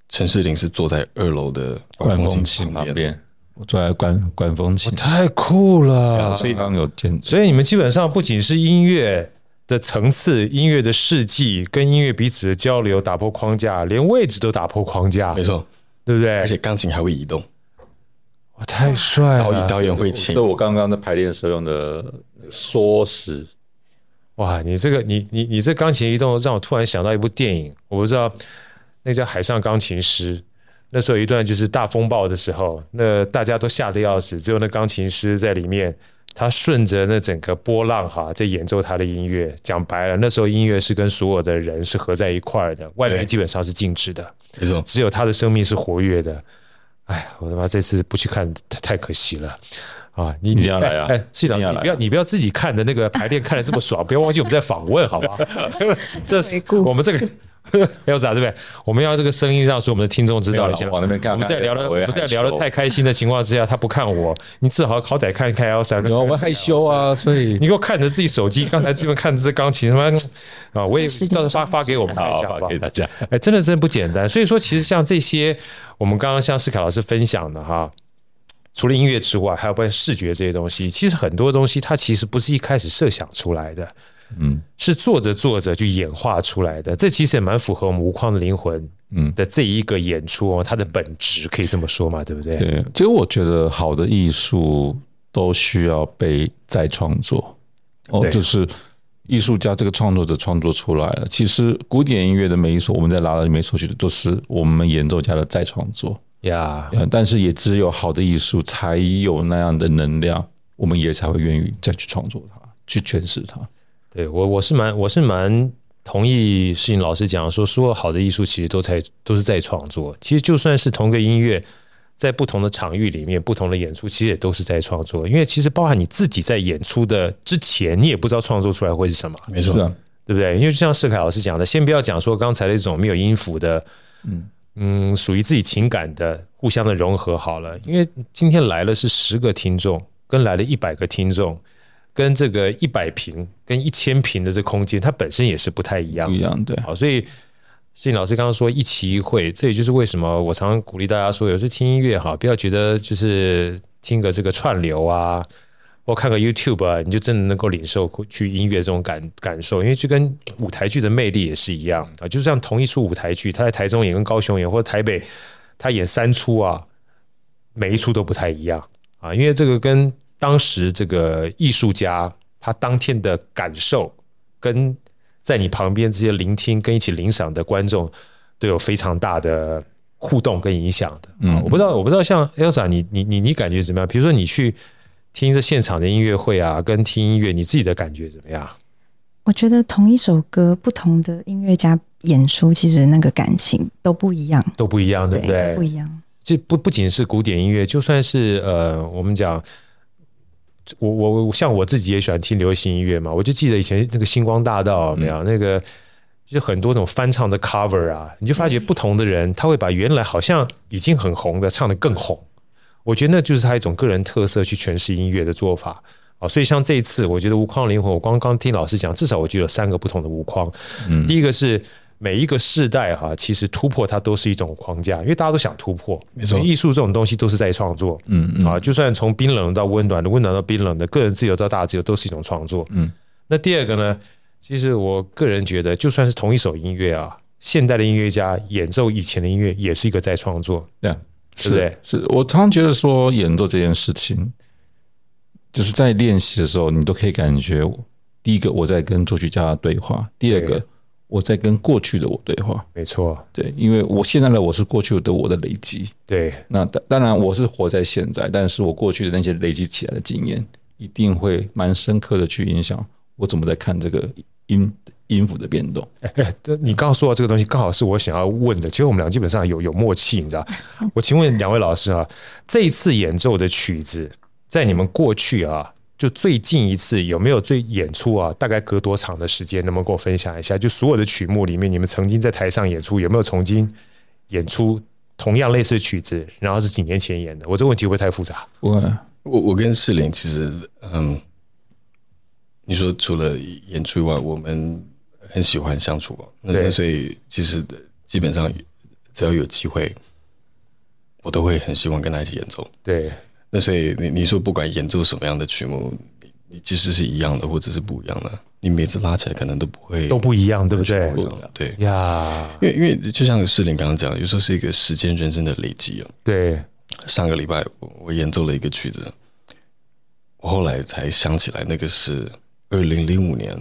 Speaker 4: 陈世林是坐在二楼的
Speaker 3: 管
Speaker 4: 管
Speaker 3: 风
Speaker 4: 风
Speaker 3: 琴
Speaker 4: 琴
Speaker 3: 旁
Speaker 4: 旁边。
Speaker 3: 边，我坐在管管风琴，
Speaker 1: 太酷了。
Speaker 3: 所以刚刚有见
Speaker 1: 啊所以你们基本上不仅是音乐的层次、音乐的事迹跟音乐彼此的交流打破框架，连位置都打破框架
Speaker 4: 没，错，
Speaker 1: 对不对？
Speaker 4: 而且钢琴还会移动，
Speaker 1: 哇，太帅
Speaker 4: 导演
Speaker 1: 了！
Speaker 4: 导演会请
Speaker 3: 这我刚刚在排练的时候用的缩时，
Speaker 1: 哇，你这个你你你这钢琴移动让我突然想到一部电影，我不知道那个叫《海上钢琴师》。那时候有一段就是大风暴的时候，那大家都吓得要死，只有那钢琴师在里面，他顺着那整个波浪哈，在演奏他的音乐。讲白了，那时候音乐是跟所有的人是合在一块儿的，外面
Speaker 4: 对
Speaker 1: 基本上是静止的。
Speaker 4: 没错，
Speaker 1: 只有他的生命是活跃的。哎，我他妈这次不去看太太可惜了啊！你
Speaker 3: 一定要来啊
Speaker 1: 哎，哎市长，
Speaker 3: 一定要
Speaker 1: 你
Speaker 3: 来啊
Speaker 1: 不要你不要自己看的那个排练看的这么爽， 不要忘记我们在访问，好 吧？这
Speaker 2: 回
Speaker 1: 是
Speaker 2: 顾
Speaker 1: 我们这个 Elsa 对不对？我们要这个声音让所有我们的听众知道一下
Speaker 3: 没有啦。往那边看
Speaker 1: 我们在聊的
Speaker 3: 我也
Speaker 1: 我
Speaker 3: 害羞哦
Speaker 1: 在聊的太开心的情况之下，他不看我，你至少好歹看一看 Elsa。
Speaker 3: 然后我害羞啊，所以
Speaker 1: 你给我看着自己手机，刚才这边看这钢琴什么啊？我也
Speaker 2: 是
Speaker 1: 到时候发发给我们看一
Speaker 3: 好
Speaker 1: 下，好
Speaker 3: 发
Speaker 1: 不好
Speaker 3: 给？大家。
Speaker 1: 哎，真的真的不简单。所以说，其实像这些，我们刚刚像世凯老师分享的哈，除了音乐之外，还有包括视觉这些东西，其实很多东西它其实不是一开始设想出来的，
Speaker 3: 嗯，
Speaker 1: 是做着做着就演化出来的。这其实也蛮符合我们无框的灵魂，
Speaker 3: 嗯
Speaker 1: 的这一个演出哦，它的本质可以这么说嘛，对不对？
Speaker 3: 对，其实我觉得好的艺术都需要被再创作。哦
Speaker 1: 对，
Speaker 3: 就是艺术家这个创作者创作出来了。其实古典音乐的每一首，我们在拉到每一首曲子，都是我们演奏家的再创作。
Speaker 1: 呀
Speaker 3: 呃但是也只有好的艺术才有那样的能量，我们也才会愿意再去创作它，去诠释它。
Speaker 1: 对我我是蛮我是蛮同意世颖老师讲说，所有好的艺术其实都在都是在创作。其实就算是同个音乐，在不同的场域里面，不同的演出，其实也都是在创作。因为其实包含你自己在演出的之前，你也不知道创作出来会是什么，
Speaker 4: 没
Speaker 3: 是
Speaker 4: 错，
Speaker 3: 啊，
Speaker 1: 对不对？因为就像世凯老师讲的，先不要讲说刚才那种没有音符的，嗯嗯，属于自己情感的互相的融合好了。因为今天来了是十个听众，跟来了一百个听众，跟这个一百平跟一千平的这空间，它本身也是不太一样
Speaker 3: 不
Speaker 1: 的
Speaker 3: 一样，对。
Speaker 1: 好，所以世颖老师刚刚说一期一会，这也就是为什么我常常鼓励大家说，有时候听音乐哈，不要觉得就是听个这个串流啊，或看个 YouTube 啊，你就真的能够领受去音乐这种感感受，因为就跟舞台剧的魅力也是一样啊，就像同一出舞台剧，他在台中演跟高雄演，或者台北他演三出啊，每一出都不太一样啊，因为这个跟当时这个艺术家他当天的感受跟在你旁边这些聆听跟一起领赏的观众都有非常大的互动跟影响的。嗯，我不知道，我不知道像 Elsa，你你你你感觉怎么样？比如说你去听这现场的音乐会啊，跟听音乐，你自己的感觉怎么样？
Speaker 2: 我觉得同一首歌，不同的音乐家演出，其实那个感情都不一样，
Speaker 1: 都不一样，对不
Speaker 2: 都不一样。
Speaker 1: 这不不仅是古典音乐，就算是呃，我们讲，我我我像我自己也喜欢听流行音乐嘛，我就记得以前那个星光大道有没有、那个。就很多那种翻唱的 cover 啊，你就发觉不同的人，他会把原来好像已经很红的唱得更红。我觉得那就是他一种个人特色去诠释音乐的做法啊。所以像这一次，我觉得无框灵魂，我刚刚听老师讲，至少我觉得有三个不同的无框。第一个是每一个世代哈、其实突破它都是一种框架，因为大家都想突破。
Speaker 4: 没错
Speaker 1: 因为艺术这种东西都是在创作。嗯嗯啊，就算从冰冷到温暖的，温暖到冰冷的，个人自由到大自由，都是一种创作。嗯，那第二个呢？其实我个人觉得，就算是同一首音乐啊，现代的音乐家演奏以前的音乐，也是一个在创作。
Speaker 3: 对啊，
Speaker 1: 对不对
Speaker 3: 是是，我常常觉得说演奏这件事情，就是在练习的时候，你都可以感觉，第一个我在跟作曲家对话，第二个
Speaker 1: 对
Speaker 3: 我在跟过去的我对话。
Speaker 1: 没错，
Speaker 3: 对，因为我现在的我是过去的我的累积，
Speaker 1: 对
Speaker 3: 那当当然我是活在现在，但是我过去的那些累积起来的经验，一定会蛮深刻的去影响我怎么在看这个音音符的变动。
Speaker 1: 哎，这你刚刚说到这个东西，刚好是我想要问的。其实我们俩基本上有有默契，你知 道？我请问两位老师啊，这一次演奏的曲子，在你们过去啊，就最近一次有没有最演出啊？大概隔多长的时间？能不能跟我分享一下？就所有的曲目里面，你们曾经在台上演出，有没有曾经演出同样类似的曲子？然后是几年前演的？我这个问题会不会太复杂？
Speaker 3: 我
Speaker 4: 我我跟世林其实，嗯，你说除了演出以外，我们很喜欢相处嘛，
Speaker 1: 对
Speaker 4: 那所以其实基本上只要有机会，我都会很希望跟他一起演奏。
Speaker 1: 对，
Speaker 4: 那所以你你说不管演奏什么样的曲目，你你即使是一样的或者是不一样的，你每次拉起来可能都不会
Speaker 1: 都不一样，对不对？
Speaker 4: 不一样。对，
Speaker 1: 呀，
Speaker 4: 因为因为就像世林刚刚讲，有时候是一个时间人生的累积啊。
Speaker 1: 对，
Speaker 4: 上个礼拜我我演奏了一个曲子，我后来才想起来，那个是二零零五年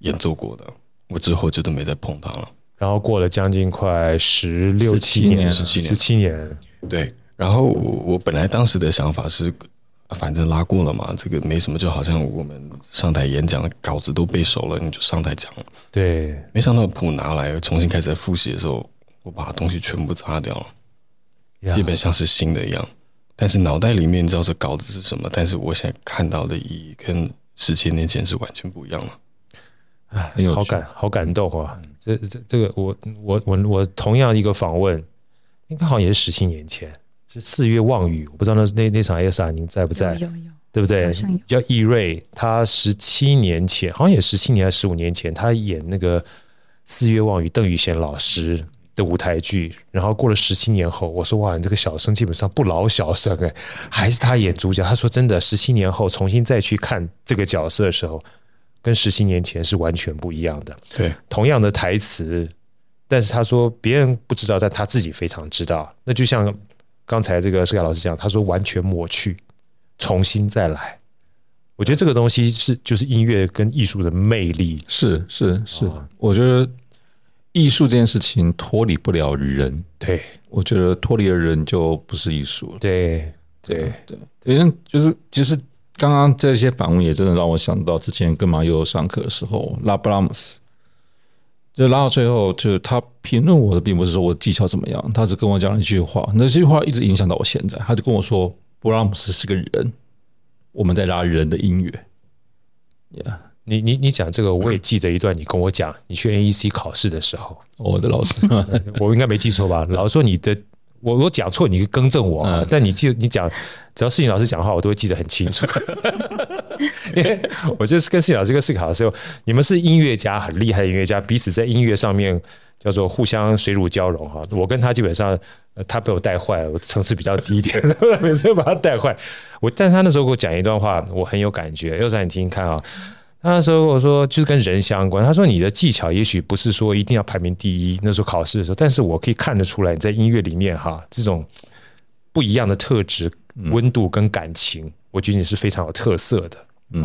Speaker 4: 演奏过的，我之后就都没再碰它了。
Speaker 1: 然后过了将近快十六七
Speaker 3: 17
Speaker 1: 年，
Speaker 3: 年
Speaker 4: 17年
Speaker 1: 十七年，
Speaker 4: 对，然后我我本来当时的想法是，啊反正拉过了嘛，这个没什么，就好像我们上台演讲稿子都背熟了，你就上台讲了。
Speaker 1: 对，
Speaker 4: 没想到谱拿来重新开始复习的时候，我把东西全部擦掉了。
Speaker 1: 呀
Speaker 4: 基本像是新的一样。但是脑袋里面知道这稿子是什么，但是我现在看到的意义跟十七年前是完全不一样了。
Speaker 3: 很有
Speaker 1: 好
Speaker 3: 趣
Speaker 1: 感好感动啊！这这这个我我我我同样一个访问，应该好像也是十七年前，是四月望雨，我不知道那那那场 S R 您在不在，
Speaker 2: 有有有，
Speaker 1: 对不对
Speaker 2: 好像有？
Speaker 1: 叫易瑞，他十七年前好像也十七年还是十五年前，他演那个《四月望雨》邓宇贤老师的舞台剧，然后过了十七年后，我说哇，你这个小生基本上不老小生哎、还是他演主角。他说真的，十七年后重新再去看这个角色的时候，跟十七年前是完全不一样的。
Speaker 4: 对，
Speaker 1: 同样的台词，但是他说别人不知道，但他自己非常知道。那就像刚才这个施凯老师讲，他说完全抹去，重新再来。我觉得这个东西是就是音乐跟艺术的魅力。
Speaker 3: 是是是，我觉得艺术这件事情脱离不了人，
Speaker 1: 对
Speaker 3: 我觉得脱离了人就不是艺术了。
Speaker 1: 对对，
Speaker 3: 对，因为就是其实刚刚这些访问也真的让我想到之前跟马友上课的时候，拉布拉姆斯，就拉到最后，就是他评论我的，并不是说我技巧怎么样，他只跟我讲了一句话，那这句话一直影响到我现在。他就跟我说，布拉姆斯是个人，我们在拉人的音乐。Yeah，
Speaker 1: 你你你讲这个，我也记得一段，你跟我讲，你去 NEC 考试的时候，
Speaker 3: 哦我的老师，
Speaker 1: 我应该没记错吧？老师说你的，我我讲错，你更正我啊。但你记，你讲，只要事情老师讲的话，我都会记得很清楚。因为我就是跟事情老师跟思考的时候，你们是音乐家，很厉害的音乐家，彼此在音乐上面叫做互相水乳交融哈。我跟他基本上，呃他被我带坏了，我层次比较低一点，每次把他带坏。我，但是他那时候给我讲一段话，我很有感觉。又让你听听看啊、他那时候跟我说，就是跟人相关。他说你的技巧也许不是说一定要排名第一，那时候考试的时候，但是我可以看得出来你在音乐里面哈这种不一样的特质、温度跟感情，我觉得你是非常有特色的。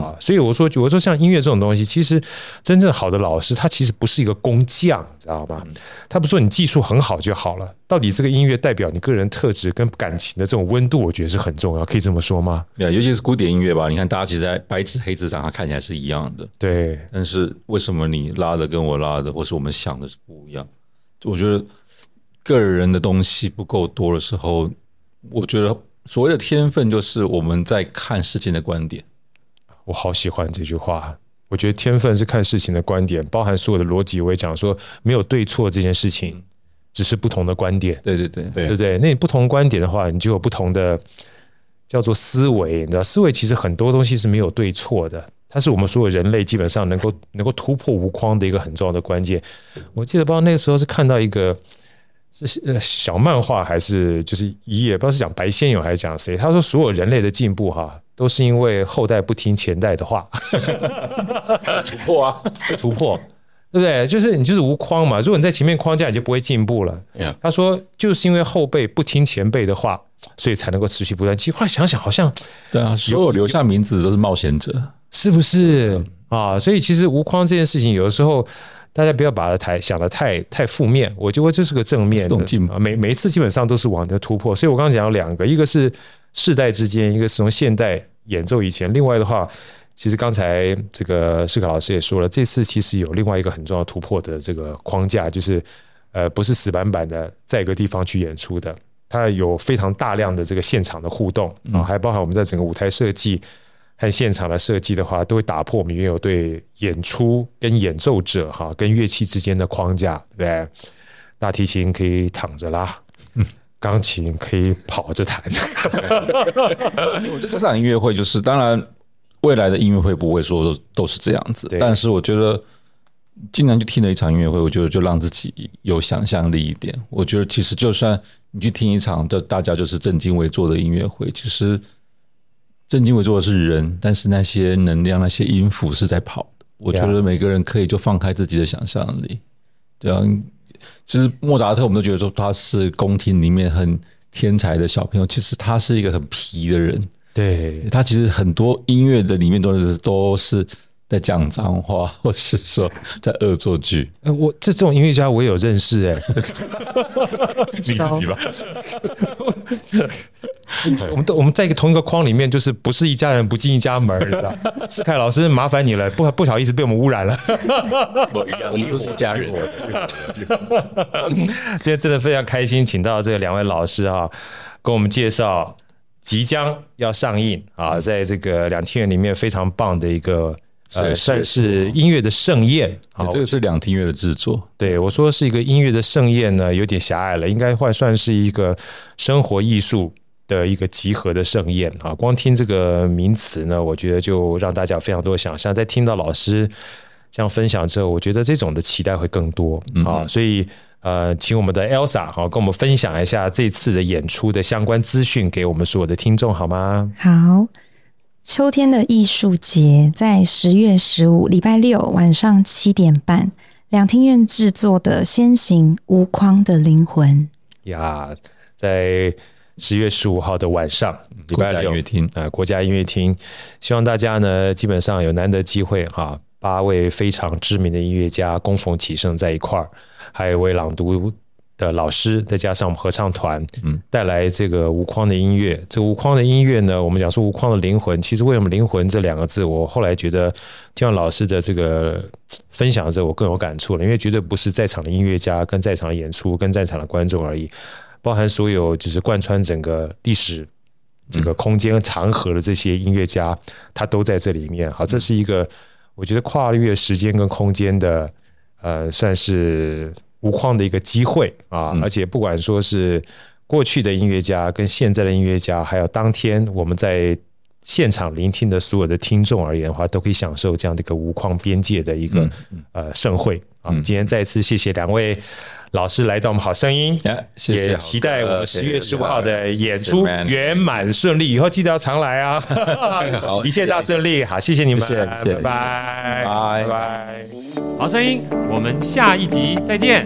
Speaker 1: 啊，所以我说，我说像音乐这种东西，其实真正好的老师，他其实不是一个工匠，你知道吗？他不是说你技术很好就好了，到底这个音乐代表你个人特质跟感情的这种温度，我觉得是很重要，可以这么说吗？
Speaker 3: 对，尤其是古典音乐吧，你看大家其实在白纸黑字上，它看起来是一样的，
Speaker 1: 对，
Speaker 3: 但是为什么你拉的跟我拉的，或是我们想的是不一样？我觉得个人的东西不够多的时候，我觉得所谓的天分就是我们在看事情的观点。
Speaker 1: 我好喜欢这句话。我觉得天分是看事情的观点，包含所有的逻辑。我也讲说，没有对错这件事情，只是不同的观点，
Speaker 3: 对对对，
Speaker 1: 对不对？那你不同观点的话，你就有不同的叫做思维。你知道，思维其实很多东西是没有对错的，它是我们所有人类基本上能够能够突破无框的一个很重要的关键。我记得，不知道那个时候是看到一个是呃小漫画还是就是呃一页，不知道是讲白先勇还是讲谁，他说所有人类的进步哈、都是因为后代不听前代的话，
Speaker 3: 突破啊！
Speaker 1: 突破，对不对？就是你就是无框嘛，如果你在前面框架，你就不会进步了。
Speaker 4: Yeah
Speaker 1: 他说，就是因为后辈不听前辈的话，所以才能够持续不断。其实后来想想，好像
Speaker 3: 对啊，所有留下名字的都是冒险者。
Speaker 1: 是不是啊？所以其实无框这件事情，有的时候大家不要把它太想的太太负面，我觉得这是个正面的
Speaker 3: 动静
Speaker 1: 啊每每一次基本上都是往的突破。所以我刚刚讲了两个，一个是世代之间，一个是从现代演奏以前，另外的话，其实刚才这个施凯老师也说了，这次其实有另外一个很重要突破的这个框架，就是呃，不是死板板的在一个地方去演出的，它有非常大量的这个现场的互动
Speaker 3: 嗯
Speaker 1: 啊，还包含我们在整个舞台设计和现场的设计的话，都会打破我们原有对演出跟演奏者哈、跟乐器之间的框架，对不对？大提琴可以躺着拉，钢琴可以跑着弹。
Speaker 3: 我觉得这场音乐会就是，当然未来的音乐会不会说都都是这样子
Speaker 1: 对，
Speaker 3: 但是我觉得竟然就听了一场音乐会，我觉得就让自己有想象力一点。我觉得其实就算你去听一场就大家就是正襟危坐的音乐会，其实正襟危坐的是人，但是那些能量、那些音符是在跑的。我觉
Speaker 1: Yeah
Speaker 3: 得每个人可以就放开自己的想象力，对啊。其实莫扎特，我们都觉得说他是宫廷里面很天才的小朋友，其实他是一个很皮的人，
Speaker 1: 对，
Speaker 3: 他其实很多音乐的里面都是都是在讲脏话，或是说在恶作剧。
Speaker 1: 呃，我这这种音乐家我也有认识哎、
Speaker 3: 你
Speaker 2: 熟
Speaker 3: 吧，
Speaker 1: 我们都我们在一个同一个框里面，就是不是一家人不进一家门儿，你知道？ 世凯老师，麻烦你了，不不好意思被我们污染了。
Speaker 4: 我们都是一家人。
Speaker 1: 今天真的非常开心，请到这两位老师啊，跟我们介绍即将要上映
Speaker 3: 嗯
Speaker 1: 啊，在这个两天元里面非常棒的一个呃，
Speaker 3: 是
Speaker 1: 算是音乐的盛宴啊。
Speaker 3: 这个是两厅院的制作，
Speaker 1: 对我说是一个音乐的盛宴呢，有点狭隘了，应该换算是一个生活艺术的一个集合的盛宴啊。光听这个名词呢，我觉得就让大家有非常多的想象。在听到老师这样分享之后，我觉得这种的期待会更多啊。所以呃，请我们的 Elsa 好、跟我们分享一下这次的演出的相关资讯给我们所有的听众好吗？
Speaker 2: 好，秋天的艺术节在十月十五礼拜六晚上七点半，两厅院制作的《先行无框的灵魂》。
Speaker 1: 呀，在十月十五号的晚上，礼拜
Speaker 3: 国家
Speaker 1: 六
Speaker 3: 音乐厅
Speaker 1: 啊、国家音乐厅，希望大家呢，基本上有难得机会哈、八位非常知名的音乐家供逢其盛在一块儿，还有一位朗读的老师，再加上我们合唱团，嗯，带来这个无框的音乐。这个无框的音乐呢，我们讲说无框的灵魂，其实为什么灵魂这两个字，我后来觉得听完老师的这个分享之后，我更有感触了，因为绝对不是在场的音乐家跟在场的演出跟在场的观众而已，包含所有就是贯穿整个历史这个空间长河的这些音乐家，他都在这里面。好，这是一个我觉得跨越时间跟空间的，呃，算是无框的一个机会啊。而且不管说是过去的音乐家跟现在的音乐家，还有当天我们在现场聆听的所有的听众而言的话，都可以享受这样的一个无框边界的一个、呃盛会啊。今天再次谢谢两位老师来到我们好声音。
Speaker 3: 哎，谢
Speaker 1: 也
Speaker 3: 谢豪哥
Speaker 1: 期待我们
Speaker 3: 谢
Speaker 1: 十
Speaker 3: 谢
Speaker 1: 月十五号的演
Speaker 3: 谢谢
Speaker 1: 出
Speaker 3: Manny
Speaker 1: 圆满顺利，以后记得要常来 啊！
Speaker 4: 好
Speaker 1: 一切大顺利，好，谢谢你们，
Speaker 3: 谢谢谢谢
Speaker 1: 拜拜，
Speaker 3: 拜
Speaker 1: 拜。
Speaker 5: 好声音，我们下一集再见。